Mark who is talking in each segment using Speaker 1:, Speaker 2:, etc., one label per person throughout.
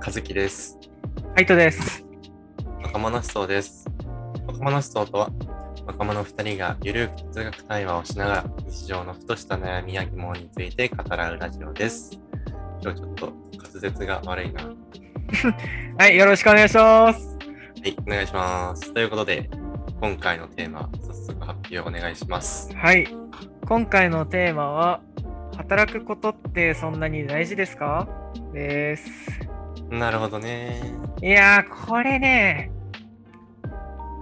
Speaker 1: 和樹です。
Speaker 2: ハイトです。
Speaker 1: 若者思想です。若者思想とは、若者2人がゆるく通学対話をしながら、日常のふとした悩みや疑問について語らうラジオです。今日ちょっと滑舌が悪いな。は
Speaker 2: はい、よろしくお願いします。
Speaker 1: い、お願いします。ということで、今回のテーマ、早速発表お願いします。
Speaker 2: はい、今回のテーマは、働くことってそんなに大事ですかです。
Speaker 1: なるほどね。
Speaker 2: いやー、これね、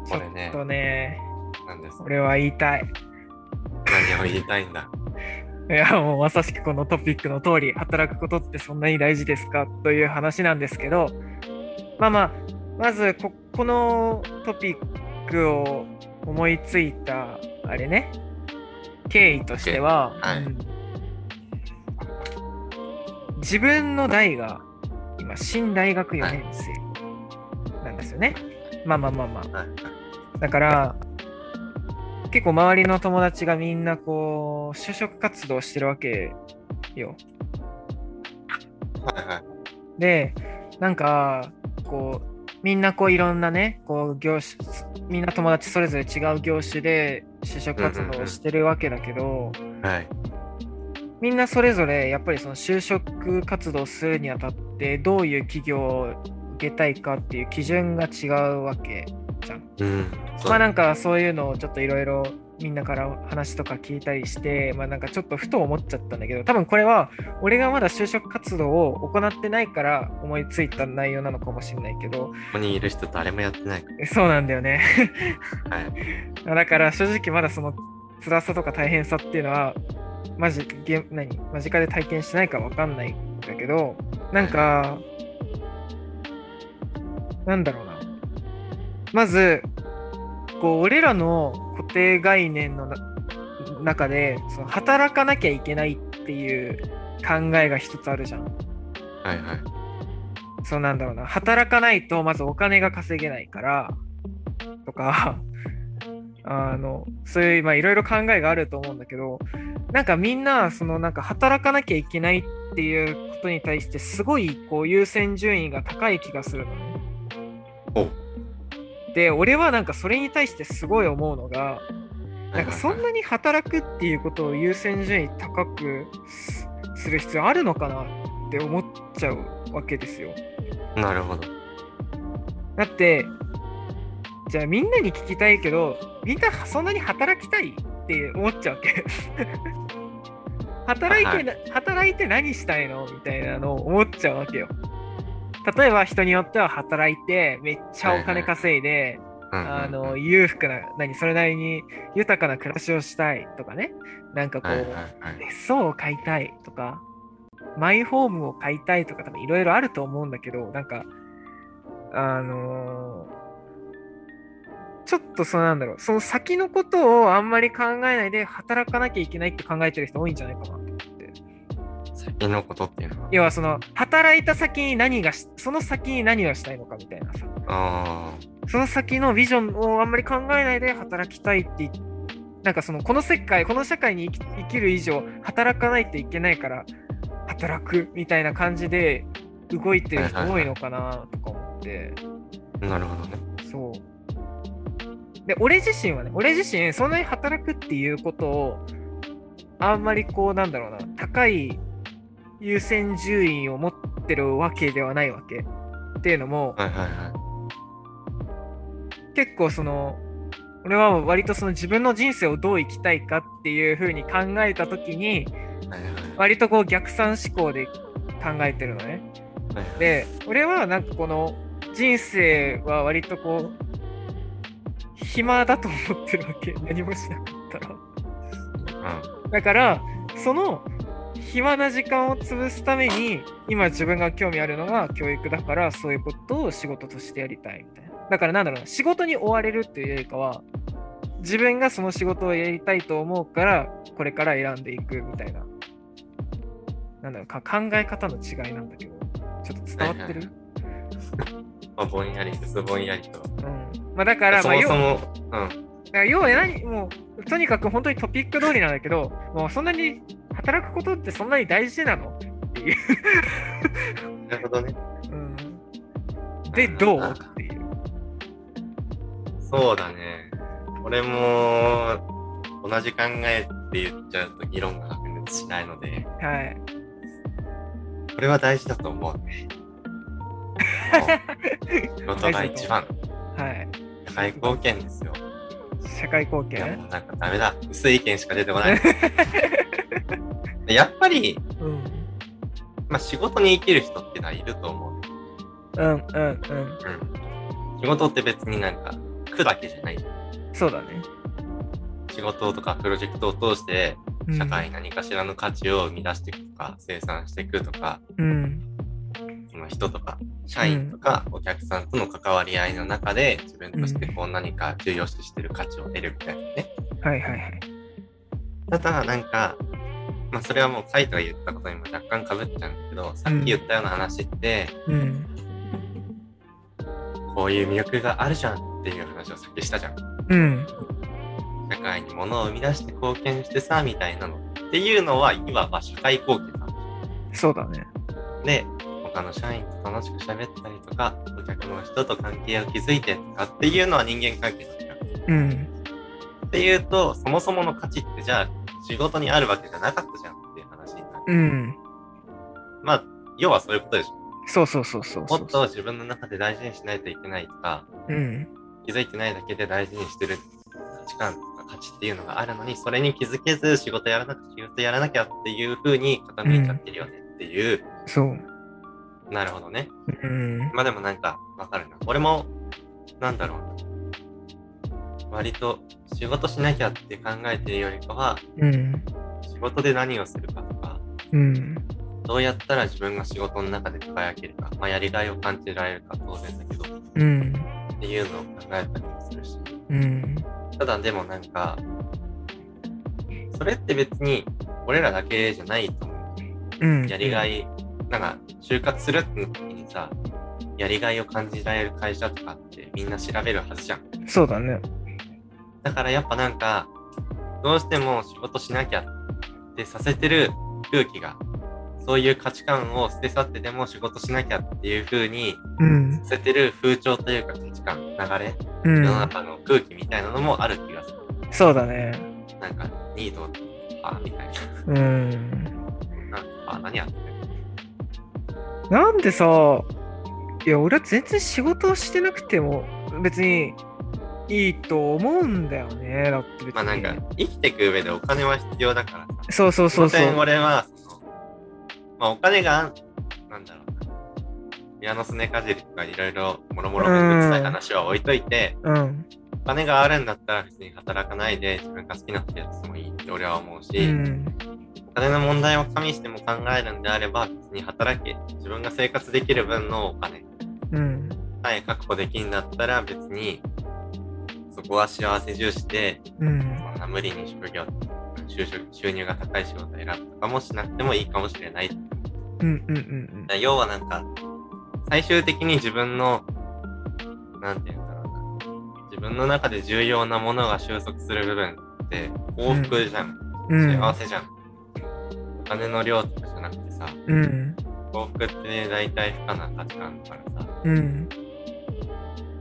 Speaker 1: これね
Speaker 2: ちょっとね、
Speaker 1: なんです。
Speaker 2: 俺は言いたい。
Speaker 1: 何を言いたいんだ。
Speaker 2: いや、もうまさしくこのトピックの通り、働くことってそんなに大事ですかという話なんですけど、まあまあ、まずこ、このトピックを思いついた、あれね、経緯としては、
Speaker 1: はい
Speaker 2: うん自分の代が、今、新大学4年生なんですよね。まあまあまあまあ。
Speaker 1: はい
Speaker 2: だから結構周りの友達がみんなこう就職活動してるわけよ。
Speaker 1: はいはい。
Speaker 2: でなんかこうみんなこういろんなねこう業種みんな友達それぞれ違う業種で就職活動をしてるわけだけど、
Speaker 1: はい。
Speaker 2: みんなそれぞれやっぱりその就職活動するにあたってどういう企業を受けたいかっていう基準が違うわけ。
Speaker 1: うん。そう
Speaker 2: まあなんかそういうのをちょっといろいろみんなから話とか聞いたりして、まあなんかちょっとふと思っちゃったんだけど、多分これは俺がまだ就職活動を行ってないから思いついた内容なのかもしれないけど、
Speaker 1: ここにいる人誰もやってないか
Speaker 2: そうなんだよね。
Speaker 1: ら。はい。
Speaker 2: だから正直まだその辛さとか大変さっていうのは、マジ、げ何間近で体験しないかわかんないんだけど、なんか、なんだろうな。まず、こう、俺らの固定概念のな中で、その働かなきゃいけないっていう考えが一つあるじゃん。
Speaker 1: はいはい。
Speaker 2: そうなんだろうな働かないとまずお金が稼げないからとかあのそういうまあいろいろ考えがあると思うんだけどなんかみんなそのなんか働かなきゃいけないっていうことに対してすごいこう優先順位が高い気がするのね。
Speaker 1: おう
Speaker 2: で俺はなんかそれに対してすごい思うのがなんかそんなに働くっていうことを優先順位高くすする必要あるのかなって思っちゃうわけですよ。
Speaker 1: なるほど。
Speaker 2: だってじゃあみんなに聞きたいけどみんなそんなに働きたいって思っちゃうわけ 働いてな、働いて何したいのみたいなのを思っちゃうわけよ例えば人によっては働いてめっちゃお
Speaker 1: はいは
Speaker 2: 金
Speaker 1: い
Speaker 2: 稼いで、
Speaker 1: うんうんうん
Speaker 2: あの裕福な何それなりに豊かな暮らしをしたいとかねなんかこう、
Speaker 1: はいはいはい。
Speaker 2: 別荘を買いたいとか、マイホームを買いたいとか、多分いろいろあると思うんだけど、なんか、あのーちょっとそうなんだろう、その先のことをあんまり考えないで、働かなきゃいけないって考えてる人多いんじゃないかな。
Speaker 1: 先のことっていうのは。
Speaker 2: 要はその、働いた先に何がし、その先に何をしたいのかみたいなさ、
Speaker 1: あ
Speaker 2: その先のビジョンをあんまり考えないで働きたいって、なんかその、この世界、この社会に生き生きる以上、働かないといけないから、働くみたいな感じで動いてる人多いのかなとか思って、
Speaker 1: あ、なるほどね。
Speaker 2: そう。で、俺自身はね、俺自身、そんなに働くっていうことを、あんまりこう、なんだろうな、高い優先順位を持ってるわけではないわけ。っていうのも、
Speaker 1: はいはいはい。
Speaker 2: 結構その俺は割とその自分の人生をどう生きたいかっていう風に考えた時に
Speaker 1: はいはいはい
Speaker 2: 割とこう逆算思考で考えてるのね。
Speaker 1: はい
Speaker 2: で俺はなんかこの人生は割とこう暇だと思ってるわけ何もしなかったら。だからその暇な時間を潰すために今自分が興味あるのが教育だからそういうことを仕事としてやりたいみたいなだからなんだろうな仕事に追われるっていうよりかは自分がその仕事をやりたいと思うからこれから選んでいくみたいななんだろうか考え方の違いなんだけどちょっと伝わってる、
Speaker 1: うん。まあ、ぼんやりです、ぼんやりと。
Speaker 2: うんまあ、だから
Speaker 1: そ
Speaker 2: まあ
Speaker 1: も
Speaker 2: 要
Speaker 1: そ
Speaker 2: は
Speaker 1: も、うん。
Speaker 2: だから要は何もうとにかく本当にトピック通りなんだけどもうそんなに働くことってそんなに大事なの
Speaker 1: なるほどね。
Speaker 2: うんで、どうっていう。
Speaker 1: そうだね。俺も同じ考えって言っちゃうと議論が白熱しないので、
Speaker 2: はい。
Speaker 1: これは大事だと思う ね。仕事が一番、
Speaker 2: はい。
Speaker 1: 社会貢献ですよ。
Speaker 2: 社会貢
Speaker 1: いやも
Speaker 2: 献
Speaker 1: うなんかダメだ。薄い意見しか出てこない。でやっぱり、
Speaker 2: うん。うん
Speaker 1: まあ、仕事に生きる人ってのはいると思う。
Speaker 2: うんうん。
Speaker 1: うん。仕事って別になんか苦だけじゃない。
Speaker 2: そうだね。
Speaker 1: 仕事とかプロジェクトを通して
Speaker 2: うん
Speaker 1: 社会に。何かしらの価値を生み出していくとか、生産していくとか、
Speaker 2: うん。
Speaker 1: その人とか、社員とか、お客さんとの関わり合いの中で、自分としてこう何か重要視してる価値を得るみたいなね。
Speaker 2: はいはいはい。
Speaker 1: ただ、なんか、まあ、それはもうカイトが言ったことにも若干かぶっちゃうんだけど、さっき言ったような話って、
Speaker 2: うん。
Speaker 1: こういう魅力があるじゃんっていう話をさっきしたじゃん。
Speaker 2: うん。
Speaker 1: 社会に物を生み出して貢献してさ、みたいなの。っていうのは、いわば社会貢献なんだ
Speaker 2: そうだね。
Speaker 1: で、他の社員と楽しく喋ったりとか、お客の人と関係を築いてとかっていうのは人間関係なんだよ。
Speaker 2: うん。
Speaker 1: っていうと、そもそもの価値ってじゃあ仕事にあるわけじゃなかったじゃんっていう話になる。
Speaker 2: うん。
Speaker 1: まあ、要はそういうことでしょ。
Speaker 2: そうそうそうそうそう。
Speaker 1: もっと自分の中で大事にしないといけないとか、
Speaker 2: うん。
Speaker 1: 気づいてないだけで大事にしてる価値観とか価値っていうのがあるのに、それに気づけず仕事やらなきゃ、仕事やらなきゃっていう風に傾いちゃってるよねっていう。
Speaker 2: そう。
Speaker 1: なるほどね。
Speaker 2: うん。
Speaker 1: まあでもなんかわかるな。俺も、なんだろうな。割と仕事しなきゃって考えてるよりかは、
Speaker 2: うん。
Speaker 1: 仕事で何をするかとか、
Speaker 2: うん。
Speaker 1: どうやったら自分が仕事の中で輝けるか、まあ、やりがいを感じられるか当然だけど、っ
Speaker 2: うん。
Speaker 1: ていうのを考えたりもするし。
Speaker 2: うん。
Speaker 1: ただでもなんか、それって別に俺らだけじゃないと思
Speaker 2: うん。
Speaker 1: う。やりが。い、なんか就活するってなった時にさ、やりがいを感じられる会社とかってみんな調べるはずじゃん。
Speaker 2: そうだね。
Speaker 1: だからやっぱなんか、どうしても仕事しなきゃってさせてる空気が、そういう価値観を捨て去ってでも仕事しなきゃっていう風に
Speaker 2: うん。
Speaker 1: 捨ててる風潮というか価値観、流れ、
Speaker 2: う
Speaker 1: 世の
Speaker 2: ん。
Speaker 1: 中の空気みたいなのもある気がする。
Speaker 2: そうだね。
Speaker 1: なんか、ニードあみたい
Speaker 2: うん。
Speaker 1: な。なんか、あ、何やってんの
Speaker 2: なんでさ、いや、俺は全然仕事をしてなくても別にいいと思うんだよね。だって別に。
Speaker 1: まあなんか、生きてく上でお金は必要だからさ。
Speaker 2: そうそうそうそ
Speaker 1: の点
Speaker 2: う。
Speaker 1: 俺は、その、まあお金があん、なんだろうな。ピアノスネかじりとかいろいろ、もろもろめんどくさい話は置いといて、
Speaker 2: うん。
Speaker 1: お金があるんだったら別に働かないで自分が好きなことやってもいいって俺は思うし、
Speaker 2: うん。
Speaker 1: お金の問題を加味しても考えるんであれば別に働け自分が生活できる分のお金
Speaker 2: うん。
Speaker 1: さえ確保できるんだったら別にそこは幸せ重視で
Speaker 2: うん。
Speaker 1: そんな無理に職業収職収入が高い仕事を選ぶとかもしなくてもいいかもしれない
Speaker 2: うん。うん。うん。
Speaker 1: 要はなんか最終的に自分のなんて言うんだろうな自分の中で重要なものが収束する部分って幸福じゃん、
Speaker 2: うん。
Speaker 1: 幸せじゃん、お金の量とかじゃなくてさ
Speaker 2: うん。
Speaker 1: 幸福って、ね、大体不可な価値観だからさ
Speaker 2: うん。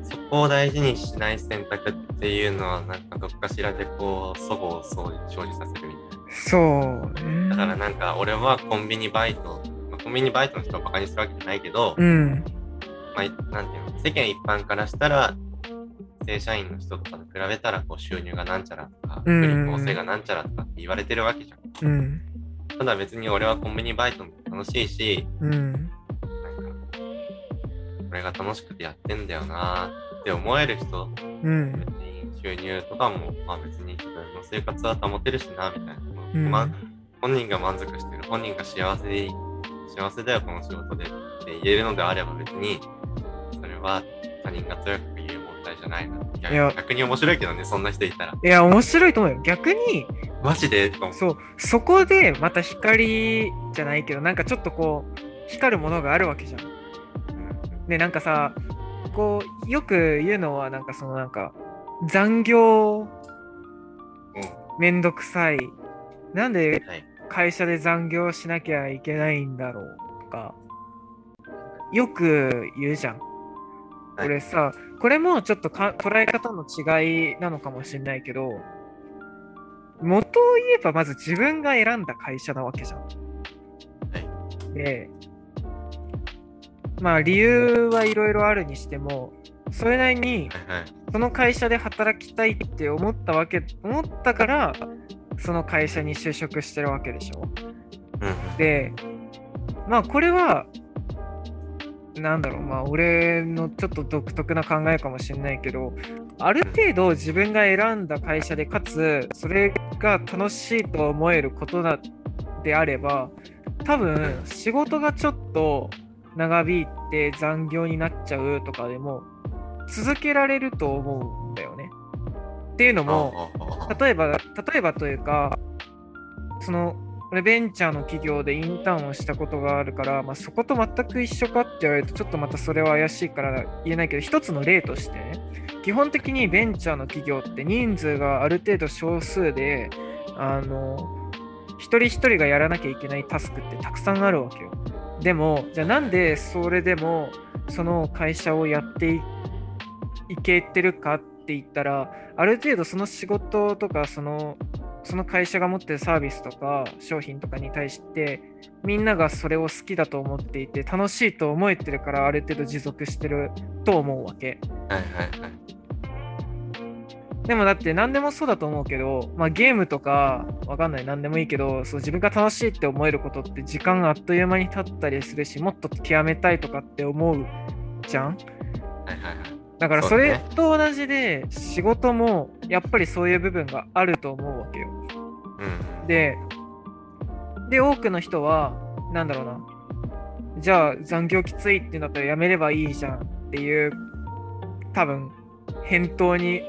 Speaker 1: そこを大事にしない選択っていうのはなんかどっかしらでこうそごをそう生じさせるみたいな
Speaker 2: そうね。
Speaker 1: だからなんか俺はコンビニバイト、まあコンビニバイトの人をバカにするわけじゃないけど、
Speaker 2: うん。
Speaker 1: まあ、なんていうの、世間一般からしたら、正社員の人とかと比べたら、こう収入がなんちゃらとか、
Speaker 2: うん
Speaker 1: 福利厚生がなんちゃらとかって言われてるわけじゃん。
Speaker 2: うん。
Speaker 1: ただ別に俺はコンビニバイトも楽しいし、
Speaker 2: うん。
Speaker 1: なんか、俺が楽しくてやってんだよなーって思える人、
Speaker 2: うん。
Speaker 1: 別に収入とかも、まあ別に自分の生活は保てるしな、みたいな。
Speaker 2: うん
Speaker 1: まあ、本人が満足してる、本人が幸せで、幸せだよ、この仕事でって言えるのであれば別に、それは他人が強く言う問題じゃないな。逆
Speaker 2: いや
Speaker 1: 逆に面白いけどね、そんな人いたら。
Speaker 2: いや、面白いと思うよ。逆に、
Speaker 1: マジでとか思う
Speaker 2: そう、そこでまた光じゃないけど、なんかちょっとこう、光るものがあるわけじゃん。ね、なんかさ、こう、よく言うのは、なんかそのなんか、残業めんどくさい。なんで
Speaker 1: うんはい。
Speaker 2: 会社で残業しなきゃいけないんだろうとか、よく言うじゃん。
Speaker 1: はい
Speaker 2: 俺さ、これもちょっとか捉え方の違いなのかもしれないけど、元を言えばまず自分が選んだ会社なわけじゃん。で、まあ理由はいろいろあるにしても、それなりに
Speaker 1: はいはい。
Speaker 2: その会社で働きたいって思ったわけ、思ったから、その会社に就職してるわけでしょ。
Speaker 1: うん。
Speaker 2: でまあこれはなんだろうまあ俺のちょっと独特な考えかもしれないけどある程度自分が選んだ会社でかつそれが楽しいと思えることだであれば多分仕事がちょっと長引いて残業になっちゃうとかでも続けられると思うんだよね。っていうのも、
Speaker 1: あ
Speaker 2: 例えば例えばというかその俺ベンチャーの企業でインターンをしたことがあるから、まあ、そこと全く一緒かって言われるとちょっとまたそれは怪しいから言えないけど一つの例としてね基本的にベンチャーの企業って人数がある程度少数であの一人一人がやらなきゃいけないタスクってたくさんあるわけよでもじゃあなんでそれでもその会社をやっていいけてるかって言ったらある程度その仕事とかそのその会社が持ってるサービスとか商品とかに対してみんながそれを好きだと思っていて楽しいと思えてるからある程度持続してると思うわけ
Speaker 1: あはいはいはい。
Speaker 2: でもだって何でもそうだと思うけど、まあ、ゲームとかわかんない何でもいいけどそう自分が楽しいって思えることって時間あっという間に経ったりするしもっと極めたいとかって思うじゃん
Speaker 1: はいはいはい。
Speaker 2: だから
Speaker 1: そ
Speaker 2: そう
Speaker 1: だね
Speaker 2: れと同じで仕事もやっぱりそういう部分があると思うわけよ。
Speaker 1: うん。
Speaker 2: で、で、多くの人は、なんだろうな、じゃあ残業きついってなったらやめればいいじゃんっていう、多分、返答に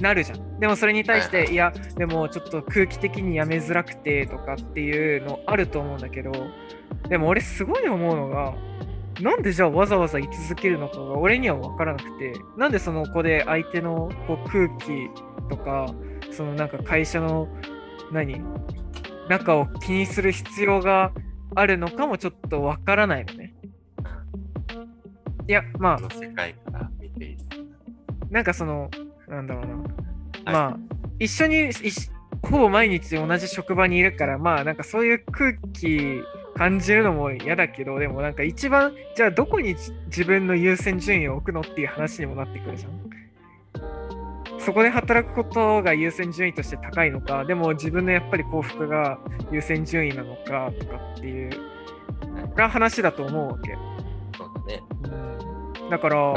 Speaker 2: なるじゃん。でもそれに対し
Speaker 1: はい
Speaker 2: て、
Speaker 1: はい
Speaker 2: や、でもちょっと空気的にやめづらくてとかっていうのあると思うんだけど、でも俺すごい思うのが、なんでじゃあわざわざ居続けるのかが俺には分からなくて、なんでその子で相手のこう空気とか、そのなんか会社の何中を気にする必要があるのかもちょっとわからないのね。いや、ま
Speaker 1: この世界から見ている。
Speaker 2: あ、なんかその、なんだろうな。
Speaker 1: はい
Speaker 2: まあ、一緒に、いしほぼ毎日同じ職場にいるから、まあ、なんかそういう空気感じるのも嫌だけど、でもなんか一番、じゃあどこにじ自分の優先順位を置くのっていう話にもなってくるじゃん。そこで働くことが優先順位として高いのか、でも自分のやっぱり幸福が優先順位なのかとかっていう、が話だと思うわけ。
Speaker 1: そうだね。
Speaker 2: うんだから、
Speaker 1: うん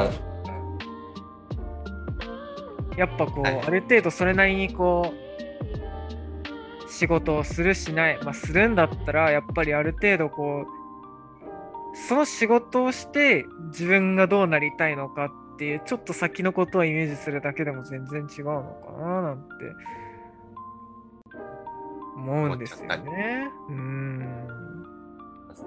Speaker 2: やっぱこう、
Speaker 1: はい
Speaker 2: ある程度それなりにこう仕事をするしない、まあ、するんだったらやっぱりある程度こうその仕事をして自分がどうなりたいのかっていうちょっと先のことをイメージするだけでも全然違うのかななんて思うんですよ
Speaker 1: 思っち
Speaker 2: ね。うん
Speaker 1: さ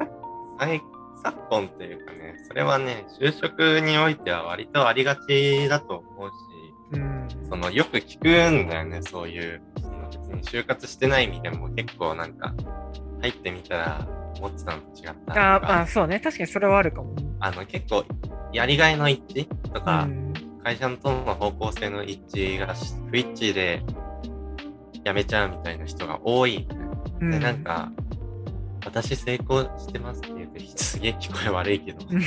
Speaker 1: 最昨今というかね、それはね、就職においては割とありがちだと思うし、
Speaker 2: うん
Speaker 1: そのよく聞くんだよね、そういう。その別に就活してない意味でも結構なんか、入ってみたら思ってたのと違ったとか
Speaker 2: ああそうね確かにそれはあるかも。
Speaker 1: あの結構やりがいの一致とか、
Speaker 2: うん
Speaker 1: 会社との方向性の一致がし不一致で辞めちゃうみたいな人が多い。で、なんか、私成功してますって言うと、すげえ聞こえ悪いけど、
Speaker 2: うん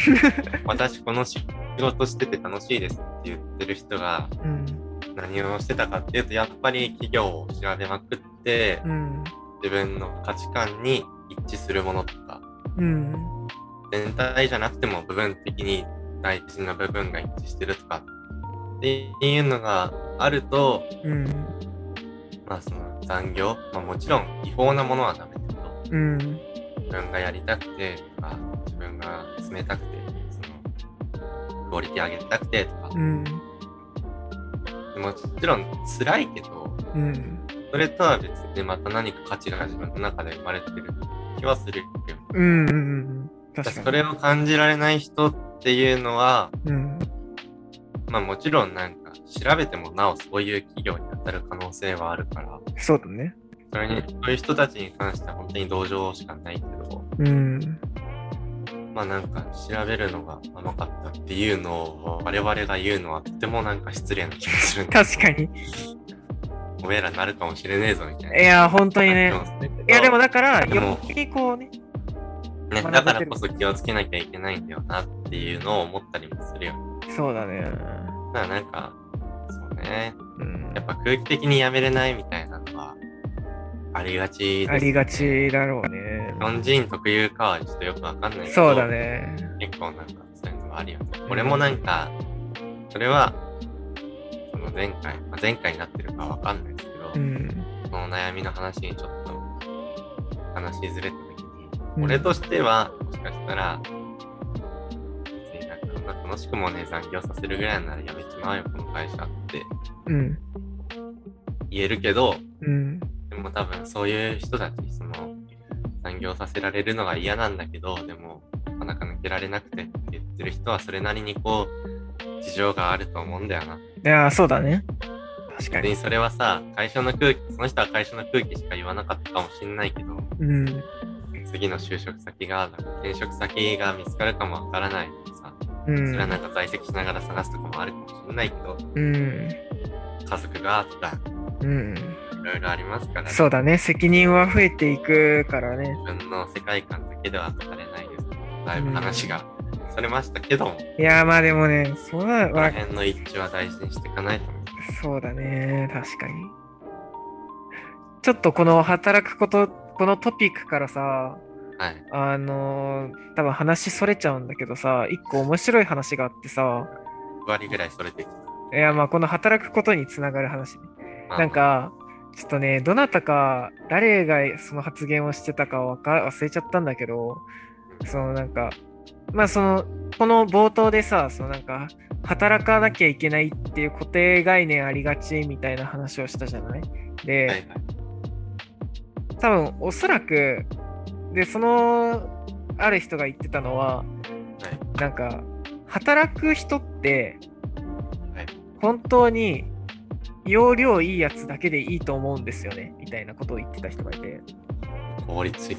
Speaker 1: 私この仕事してて楽しいですって言ってる人が
Speaker 2: うん
Speaker 1: 何をしてたかっていうと、やっぱり企業を調べまくって、
Speaker 2: うん
Speaker 1: 自分の価値観に一致するものとか、
Speaker 2: うん
Speaker 1: 全体じゃなくても部分的に大事な部分が一致してるとかっていうのがあると、
Speaker 2: うん
Speaker 1: まあその残業、まあもちろん違法なものはダメだけど、
Speaker 2: うん
Speaker 1: 自分がやりたくてとか、自分が詰めたくて、そのクオリティ上げたくてとか、
Speaker 2: うん
Speaker 1: もちろん辛いけど、
Speaker 2: うん
Speaker 1: それとは別にまた何か価値が自分の中で生まれてる気はするよ。
Speaker 2: うんうん確かに
Speaker 1: それを感じられない人っていうのは、
Speaker 2: うん
Speaker 1: まあもちろんなんか調べてもなおそういう企業に当たる可能性はあるから、
Speaker 2: そうだね
Speaker 1: それに、そういう人たちに関しては本当に同情しかないけど、
Speaker 2: うん
Speaker 1: まあなんか調べるのが甘かったっていうのを我々が言うのはとてもなんか失礼な気がするんで
Speaker 2: 確かに。
Speaker 1: おめえらなるかもしれねえぞみたいない
Speaker 2: や、本当にね。いや、でも
Speaker 1: ね
Speaker 2: だから、
Speaker 1: でも
Speaker 2: よりこうね、学
Speaker 1: だ
Speaker 2: ばせてる
Speaker 1: からこそ気をつけなきゃいけないんだよなっていうのを思ったりもするよね
Speaker 2: そうだね。
Speaker 1: だからなんかそうね
Speaker 2: うん
Speaker 1: やっぱ空気的にやめれないみたいなのはありがち
Speaker 2: あ
Speaker 1: です
Speaker 2: りがちだろうね
Speaker 1: 日。本人特有かはちょっとよくわかんないけど
Speaker 2: そうだね。
Speaker 1: 結構なんかそういうのもあるよね。俺もなんか、それは、その前回、まあ、前回になってるかわかんないですけど、
Speaker 2: うん。
Speaker 1: その悩みの話にちょっと話しずれた時に、
Speaker 2: うん
Speaker 1: 俺としては、もしかしたら、別になんかこんな楽しくもね、残業させるぐらいならやめちまうよ、この会社って
Speaker 2: うん。
Speaker 1: 言えるけど、
Speaker 2: うん。
Speaker 1: でも多分そういう人たち、その、残業させられるのが嫌なんだけど、でも、なかなか抜けられなくてって言ってる人は、それなりにこう、事情があると思うんだよな。
Speaker 2: いや、そうだね。確か
Speaker 1: 別
Speaker 2: に。
Speaker 1: にそれはさ、会社の空気、その人は会社の空気しか言わなかったかもしんないけど、
Speaker 2: うん。
Speaker 1: 次の就職先が、なんか転職先が見つかるかもわからないとかさ、
Speaker 2: う
Speaker 1: それは
Speaker 2: ん。
Speaker 1: なんか在籍しながら探すとかもあるかもしんないけど、
Speaker 2: うん。
Speaker 1: 家族がとか、
Speaker 2: うん。
Speaker 1: いろいろありますから、
Speaker 2: そうだね。責任は増えていくからね。
Speaker 1: 自分の世界観だけでは語れないですけどだいぶ話がそれましたけども、
Speaker 2: いや、まあでもね、そうだ
Speaker 1: この
Speaker 2: わ。
Speaker 1: 辺の一致は大事にしていかないと思う。
Speaker 2: そうだね。確かに。ちょっとこの働くこと、このトピックからさ、
Speaker 1: はい。
Speaker 2: あのー多分話それちゃうんだけどさ、一個面白い話があってさ、
Speaker 1: 5割ぐらいそれてきた。
Speaker 2: いや、まあこの働くことにつながる話ね。
Speaker 1: まあ
Speaker 2: なん、か、ちょっとね、どなたか、誰がその発言をしてたかわか忘れちゃったんだけど、そのなんか、まあその、この冒頭でさ、そのなんか、働かなきゃいけないっていう固定概念ありがちみたいな話をしたじゃないで、
Speaker 1: はいはい。
Speaker 2: 多分おそらくでそのある人が言ってたのは、なんか働く人って
Speaker 1: はい
Speaker 2: 本当に容量いいやつだけでいいと思うんですよねみたいなことを言ってた人がいて
Speaker 1: 効率的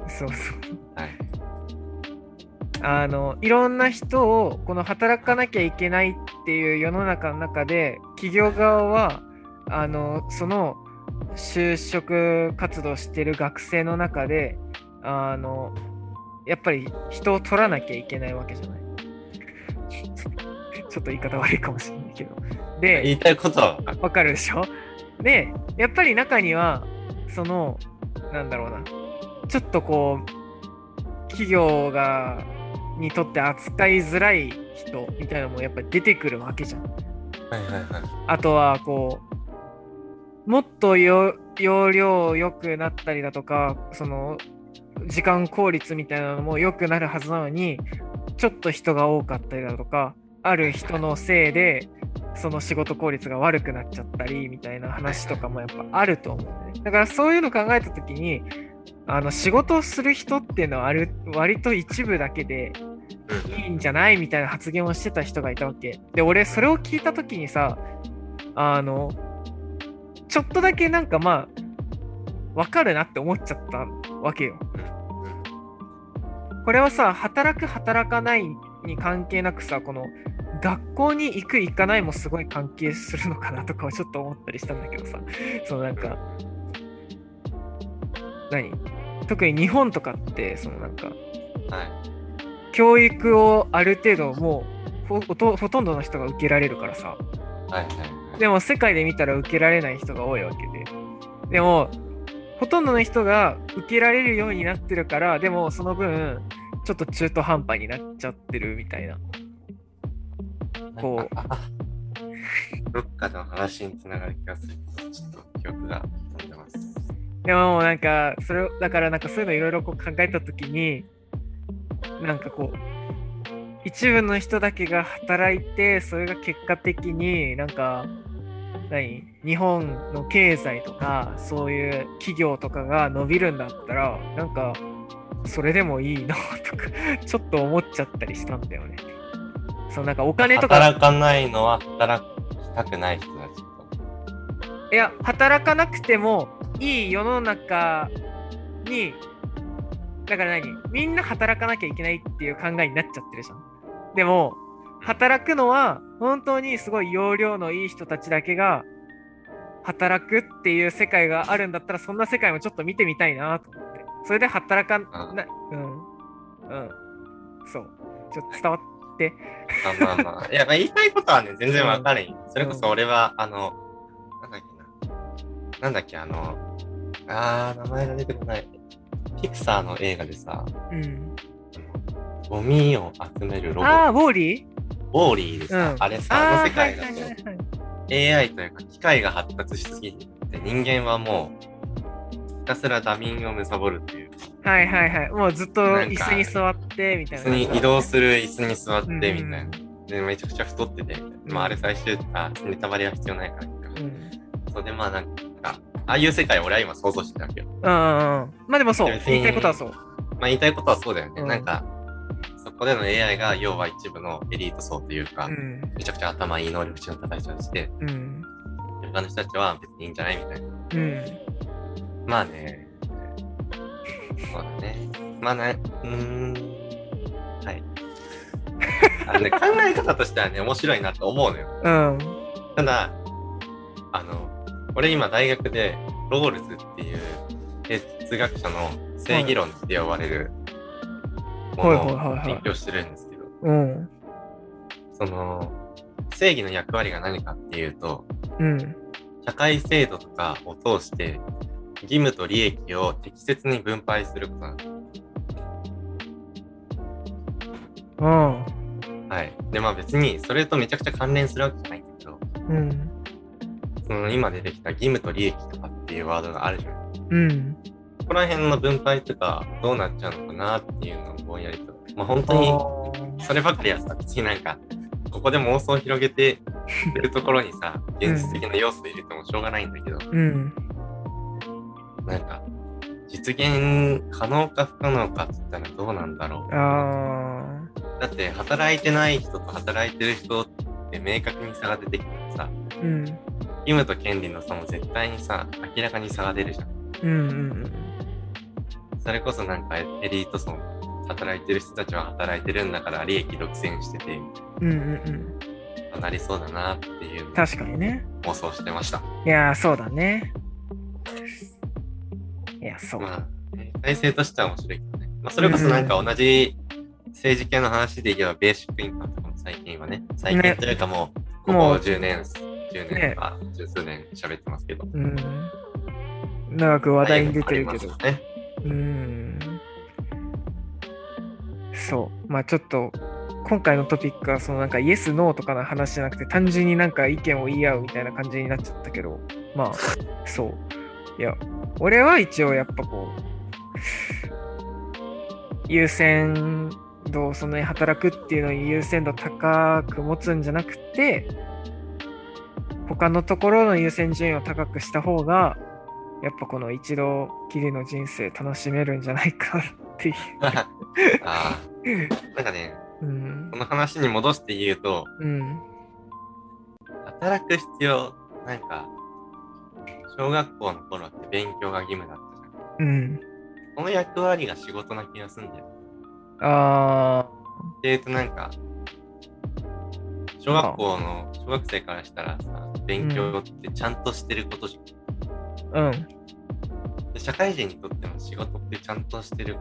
Speaker 1: な。
Speaker 2: そうそう
Speaker 1: はい。
Speaker 2: あのいろんな人をこの働かなきゃいけないっていう世の中の中で企業側はあのその就職活動してる学生の中であのやっぱり人を取らなきゃいけないわけじゃない。ちょっとちょっと言い方悪いかもしれないけど。で
Speaker 1: 言いたいことは分かる
Speaker 2: わかるでしょでやっぱり中にはそのなんだろうなちょっとこう企業がにとって扱いづらい人みたいなのもやっぱり出てくるわけじゃん。
Speaker 1: はいはいはい。
Speaker 2: あとはこうもっとよ容量良くなったりだとかその時間効率みたいなのも良くなるはずなのにちょっと人が多かったりだとかある人のせいでその仕事効率が悪くなっちゃったりみたいな話とかもやっぱあると思うね。だからそういうの考えた時にあの仕事をする人っていうのはある割と一部だけで
Speaker 1: うん
Speaker 2: いいんじゃないみたいな発言をしてた人がいたわけで俺それを聞いた時にさあのちょっとだけなんかまあわかるなって思っちゃったわけよ
Speaker 1: うん
Speaker 2: これはさ働く働かないに関係なくさこの学校に行く行かないもすごい関係するのかなとかはちょっと思ったりしたんだけどさそのなんか何特に日本とかってそのなんか
Speaker 1: はい。
Speaker 2: 教育をある程度もうほほとほとんどの人が受けられるからさ
Speaker 1: はいはいはい。
Speaker 2: でも世界で見たら受けられない人が多いわけででもほとんどの人が受けられるようになってるからでもその分ちょっと中途半端になっちゃってるみたいなこう
Speaker 1: う。 どっかの話につながる気がするけど、ちょっと記憶が飛んでます。
Speaker 2: でももうなんかそれをだからなんかそういうのいろいろこう考えた時になんかこう一部の人だけが働いてそれが結果的になんか何日本の経済とかそういう企業とかが伸びるんだったらなんかそれでもいいなとかちょっと思っちゃったりしたんだよね。そうなんかお金とか
Speaker 1: 働かないのは働きたくない人たちと。
Speaker 2: いや働かなくてもいい世の中にだから何みんな働かなきゃいけないっていう考えになっちゃってるじゃん。でも、働くのは本当にすごい容量のいい人たちだけが働くっていう世界があるんだったら、そんな世界もちょっと見てみたいなと思って。それで働か
Speaker 1: あ
Speaker 2: な、うん。うん。そう。ちょっと伝わって。
Speaker 1: まあまあまあ。いや、まあ、言いたいことはね、全然わかるんよそれこそ俺は、あの、なんだっけな。なんだっけ、あの、あー、名前が出てこない。ピクサーの映画でさ、
Speaker 2: うん。
Speaker 1: ゴミを集めるロボ
Speaker 2: あ
Speaker 1: ッ
Speaker 2: あ、ウォーリー
Speaker 1: ト、ウォーリーでさ、
Speaker 2: うん
Speaker 1: あれさ、あの
Speaker 2: ああ
Speaker 1: 世
Speaker 2: ー、は
Speaker 1: 界
Speaker 2: い
Speaker 1: だ
Speaker 2: はいはいはい。
Speaker 1: と AI というか機械が発達しすぎて、人間はもう、ひたすらダミンを貪るっていう、
Speaker 2: はいはいはい。もうずっと
Speaker 1: なん
Speaker 2: 椅
Speaker 1: か
Speaker 2: 子に座ってみ
Speaker 1: 椅
Speaker 2: たいな
Speaker 1: 子
Speaker 2: 感じ。
Speaker 1: に移動する、椅子に座ってみたいな
Speaker 2: うん。
Speaker 1: で、めちゃくちゃ太ってて、まああれ最終、あ、ネタバレは必要ないからいいか。
Speaker 2: うん。
Speaker 1: そうでまあなんか、ああいう世界を俺は今想像してたわけよ。
Speaker 2: うんうんうん。まあでもそう。
Speaker 1: 別に
Speaker 2: 言いたいことはそう。
Speaker 1: まあ言いたいことはそうだよね。
Speaker 2: うん
Speaker 1: なんか、そこでの AI が要は一部のエリート層というか、
Speaker 2: うん。
Speaker 1: めちゃくちゃ頭いい能力値の高い人たちで、
Speaker 2: うん。
Speaker 1: 他の人たちは別にいいんじゃないみたいな。
Speaker 2: うん。
Speaker 1: まあね、そうだね。まあね、うーん、 はい。あのね、考え方としてはね、面白いなと思うのよ。
Speaker 2: うん。
Speaker 1: ただ、あの、俺今大学でロールズっていう哲学者の正義論って呼ばれるも
Speaker 2: は
Speaker 1: の
Speaker 2: いはい
Speaker 1: を
Speaker 2: はいはい
Speaker 1: 勉。強してるんですけど、
Speaker 2: うん。
Speaker 1: その、正義の役割が何かっていうと、
Speaker 2: うん。
Speaker 1: 社会制度とかを通して義務と利益を適切に分配することなんです。
Speaker 2: うん。
Speaker 1: はい。で、まあ別にそれとめちゃくちゃ関連するわけじゃないんだけど、
Speaker 2: うん。
Speaker 1: その今出てきた義務と利益とかっていうワードがあるじゃん。
Speaker 2: うん。
Speaker 1: ここら辺の分配とかどうなっちゃうのかなっていうのをぼんやりと。まあ本
Speaker 2: あ
Speaker 1: 当に
Speaker 2: ー
Speaker 1: そればっかりはさ、別になんか、ここで妄想を広げてるところにさ、現実的な要素入れてもしょうがないんだけど、
Speaker 2: うん。
Speaker 1: なんか、実現可能か不可能かって言ったらどうなんだろう。
Speaker 2: あ
Speaker 1: だって働いてない人と働いてる人って明確に差が出てきたらさ、
Speaker 2: ーうん。
Speaker 1: 義務と権利の差も絶対にさ、明らかに差が出るじゃん。
Speaker 2: うんうん
Speaker 1: それこそなんかエリート層、働いてる人たちは働いてるんだから利益独占してて、
Speaker 2: うん。うんうんうん。
Speaker 1: なりそうだなっていうのを
Speaker 2: 確かにね。
Speaker 1: 妄想してました。
Speaker 2: いやー、そうだね。いや、そう。
Speaker 1: まあ、体制としては面白いけどね。まあ、それこそなんか同じ政治系の話で言えば、ベーシックインカムとかも最近はね、最近というかもう、ここ
Speaker 2: もう
Speaker 1: 10年、10年
Speaker 2: ね
Speaker 1: か、十数年喋ってますけど。
Speaker 2: うん。長く話題に出てる
Speaker 1: ああい
Speaker 2: け
Speaker 1: う
Speaker 2: ど
Speaker 1: のも。ありますよね。
Speaker 2: うーんそうまあちょっと今回のトピックはそのなんかイエスノーとかの話じゃなくて単純になんか意見を言い合うみたいな感じになっちゃったけどまあ そういや俺は一応やっぱこう優先度をその働くっていうのに優先度高く持つんじゃなくて他のところの優先順位を高くした方がやっぱこの一度きりの人生楽しめるんじゃないか っていう。
Speaker 1: ああなんかね、
Speaker 2: うん
Speaker 1: こ。の話に戻して言うと、
Speaker 2: うん。
Speaker 1: 働く必要、なんか、小学校の頃って勉強が義務だったじゃん。
Speaker 2: うん。
Speaker 1: この役割が仕事な気がすんだよ。
Speaker 2: あ
Speaker 1: えーと、なんか、小学校の、小学生からしたらさ、勉強ってちゃんとしてることじゃん、
Speaker 2: あ。うん。
Speaker 1: で社会人にとっても仕事ってちゃんとしてるこ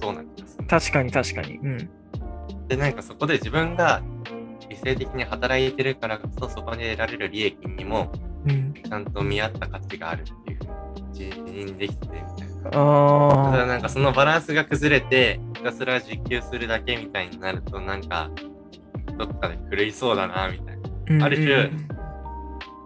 Speaker 1: とな気がする。
Speaker 2: 確かに確かに。うん。
Speaker 1: で、なんかそこで自分が理性的に働いてるからこそ、そこで得られる利益にも、
Speaker 2: うん。
Speaker 1: ちゃんと見合った価値があるっていう、自認できててみたいな。ただ
Speaker 2: ああ。
Speaker 1: なんかそのバランスが崩れて、ひたすら実給するだけみたいになると、なんか、どっかで狂いそうだな、みたいな。ある種
Speaker 2: うん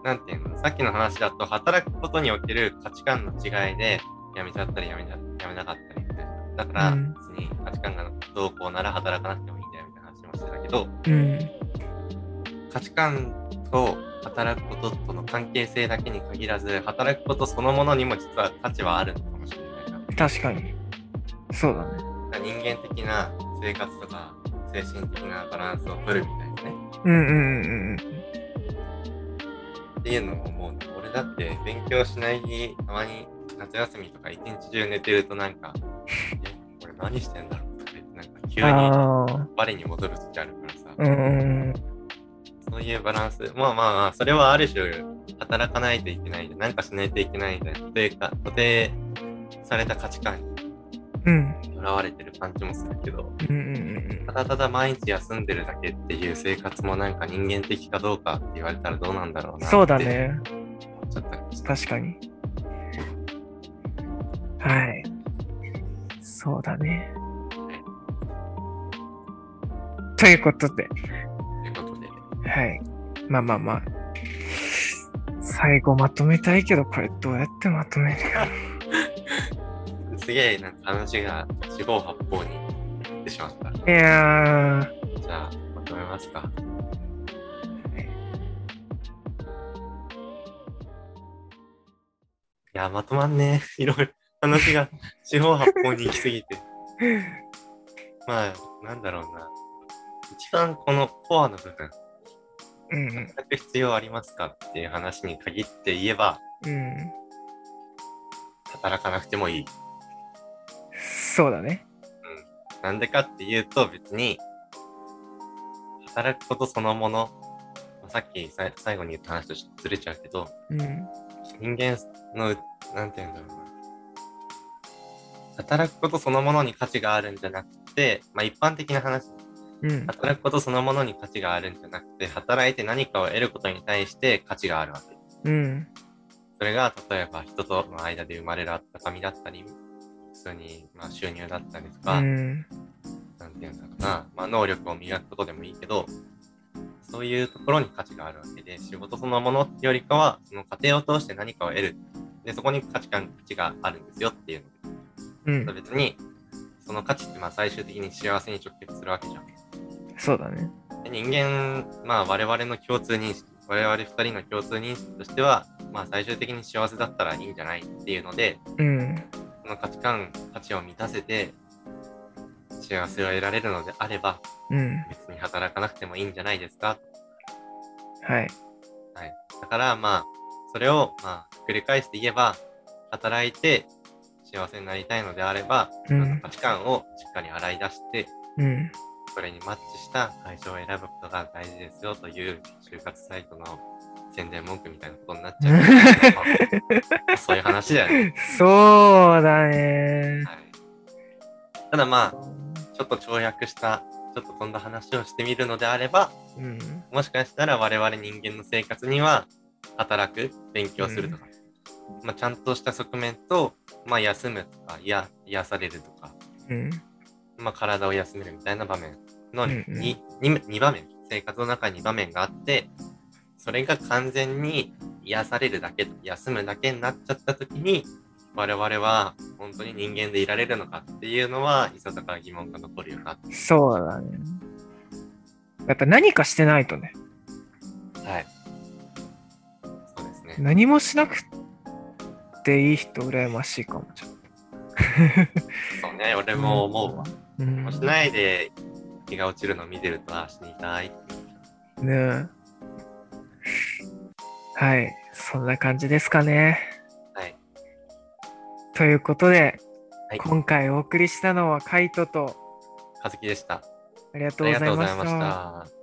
Speaker 1: なんていうのさっきの話だと、働くことにおける価値観の違いで、辞めちゃったり辞めな辞めなかったりみたいな。だから、
Speaker 2: うん
Speaker 1: 別に価値観がどうこうなら働かなくてもいいんだよみたいな話もしてたけど、
Speaker 2: うん。
Speaker 1: 価値観と働くこととの関係性だけに限らず、働くことそのものにも実は価値はあるのかもしれないな。
Speaker 2: うん確かに。そうだね。
Speaker 1: だから人間的な生活とか、精神的なバランスを取るみたいなね。
Speaker 2: うんうんうん
Speaker 1: っていうのを思うの俺だって勉強しない日たまに夏休みとか一日中寝てるとなんか え俺何してんだろうとか言って、なんか急に
Speaker 2: ああ。
Speaker 1: 我に戻る時あるからさ、
Speaker 2: うん。
Speaker 1: そういうバランス、まあまあまあ、それはある種、働かないといけないで、なんかしないといけないで、というか、固定された価値観に
Speaker 2: うん。
Speaker 1: とらわれてる感じもするけど、
Speaker 2: うんうん
Speaker 1: ただただ毎日休んでるだけっていう生活もなんか人間的かどうかって言われたらどうなんだろう
Speaker 2: うん。
Speaker 1: な
Speaker 2: そうだ
Speaker 1: って
Speaker 2: ね。
Speaker 1: 思っちゃったりして
Speaker 2: 確かに。はい。そうだね。ということで、
Speaker 1: ということで、
Speaker 2: はい。まあまあまあ。最後まとめたいけど、これどうやってまとめる
Speaker 1: すげえなんか話が四方八方に行ってしまった。
Speaker 2: いやー。
Speaker 1: じゃあ、まとめますか。いや、まとまんねえ。いろいろ話が四方八方に行きすぎて。 まあ、なんだろうな。一番このコアの部分、
Speaker 2: うんうん。
Speaker 1: 全く必要ありますかっていう話に限って言えば、
Speaker 2: うん。
Speaker 1: 働かなくてもいい。
Speaker 2: そうだね。
Speaker 1: なんでかっていうと別に、働くことそのもの、まあさっきさ最後に言った話とちょっとずれちゃうけど、
Speaker 2: うん。
Speaker 1: 人間の、なんて言うんだろうな。働くことそのものに価値があるんじゃなくて、まあ一般的な話、
Speaker 2: うん。
Speaker 1: 働くことそのものに価値があるんじゃなくて、働いて何かを得ることに対して価値があるわけ。
Speaker 2: うん。
Speaker 1: それが例えば人との間で生まれる温かみだったり、普通にまあ収入だったりと
Speaker 2: う
Speaker 1: か、
Speaker 2: ん。
Speaker 1: なんていうんだろうな、まあ、能力を磨くことでもいいけど、そういうところに価値があるわけで、仕事そのものってよりかは、その過程を通して何かを得る。で、そこに価値観、価値があるんですよっていう
Speaker 2: う
Speaker 1: の
Speaker 2: ん。
Speaker 1: で、別に、その価値ってまあ最終的に幸せに直結するわけじゃん。
Speaker 2: そうだね。
Speaker 1: で人間、まあ我々の共通認識、我々二人の共通認識としては、まあ最終的に幸せだったらいいんじゃないっていうので、
Speaker 2: うん。
Speaker 1: その価値観、価値を満たせて、幸せを得られるのであれば、
Speaker 2: うん。
Speaker 1: 別に働かなくてもいいんじゃないですか。
Speaker 2: はい。
Speaker 1: はい。だから、まあ、それを、まあ、繰り返して言えば、働いて幸せになりたいのであれば、
Speaker 2: う
Speaker 1: あ
Speaker 2: ん
Speaker 1: の価値観をしっかり洗い出して、
Speaker 2: うん。
Speaker 1: それにマッチした会社を選ぶことが大事ですよという就活サイトの宣伝文句みたいなことになっちゃうけど。 まあそういう話だよね。
Speaker 2: そうだね。
Speaker 1: はい。ただまあ、ちょっと跳躍した、ちょっと飛んだ話をしてみるのであれば、
Speaker 2: うん。
Speaker 1: もしかしたら我々人間の生活には働く、勉強するとか、まあ、ちゃんとした側面と、まあ、休むとか、いや癒されるとか、
Speaker 2: うん。
Speaker 1: まあ、体を休めるみたいな場面の
Speaker 2: うんうん
Speaker 1: 2, 2場面、生活の中に場面があって、それが完全に癒されるだけ、休むだけになっちゃった時に、我々は本当に人間でいられるのかっていうのは、いささか疑問が残るよな。
Speaker 2: そうだね。やっぱ何かしてないとね。
Speaker 1: はい。そうですね。
Speaker 2: 何もしなくていい人羨ましいかも。ちょっ
Speaker 1: そうね、俺
Speaker 2: と
Speaker 1: も思うわ。。
Speaker 2: うん。
Speaker 1: もうし
Speaker 2: ね
Speaker 1: ないで日が落ちるの見てると、あ、死にたいって
Speaker 2: えはい。そんな感じですかね。
Speaker 1: はい。
Speaker 2: ということで、
Speaker 1: はい。
Speaker 2: 今回お送りしたのはカイトと、
Speaker 1: はずきでした。
Speaker 2: ありが
Speaker 1: あ
Speaker 2: とう
Speaker 1: りが
Speaker 2: ござ
Speaker 1: と
Speaker 2: い
Speaker 1: ご
Speaker 2: う
Speaker 1: ざ
Speaker 2: ま
Speaker 1: い
Speaker 2: し。
Speaker 1: ましたた。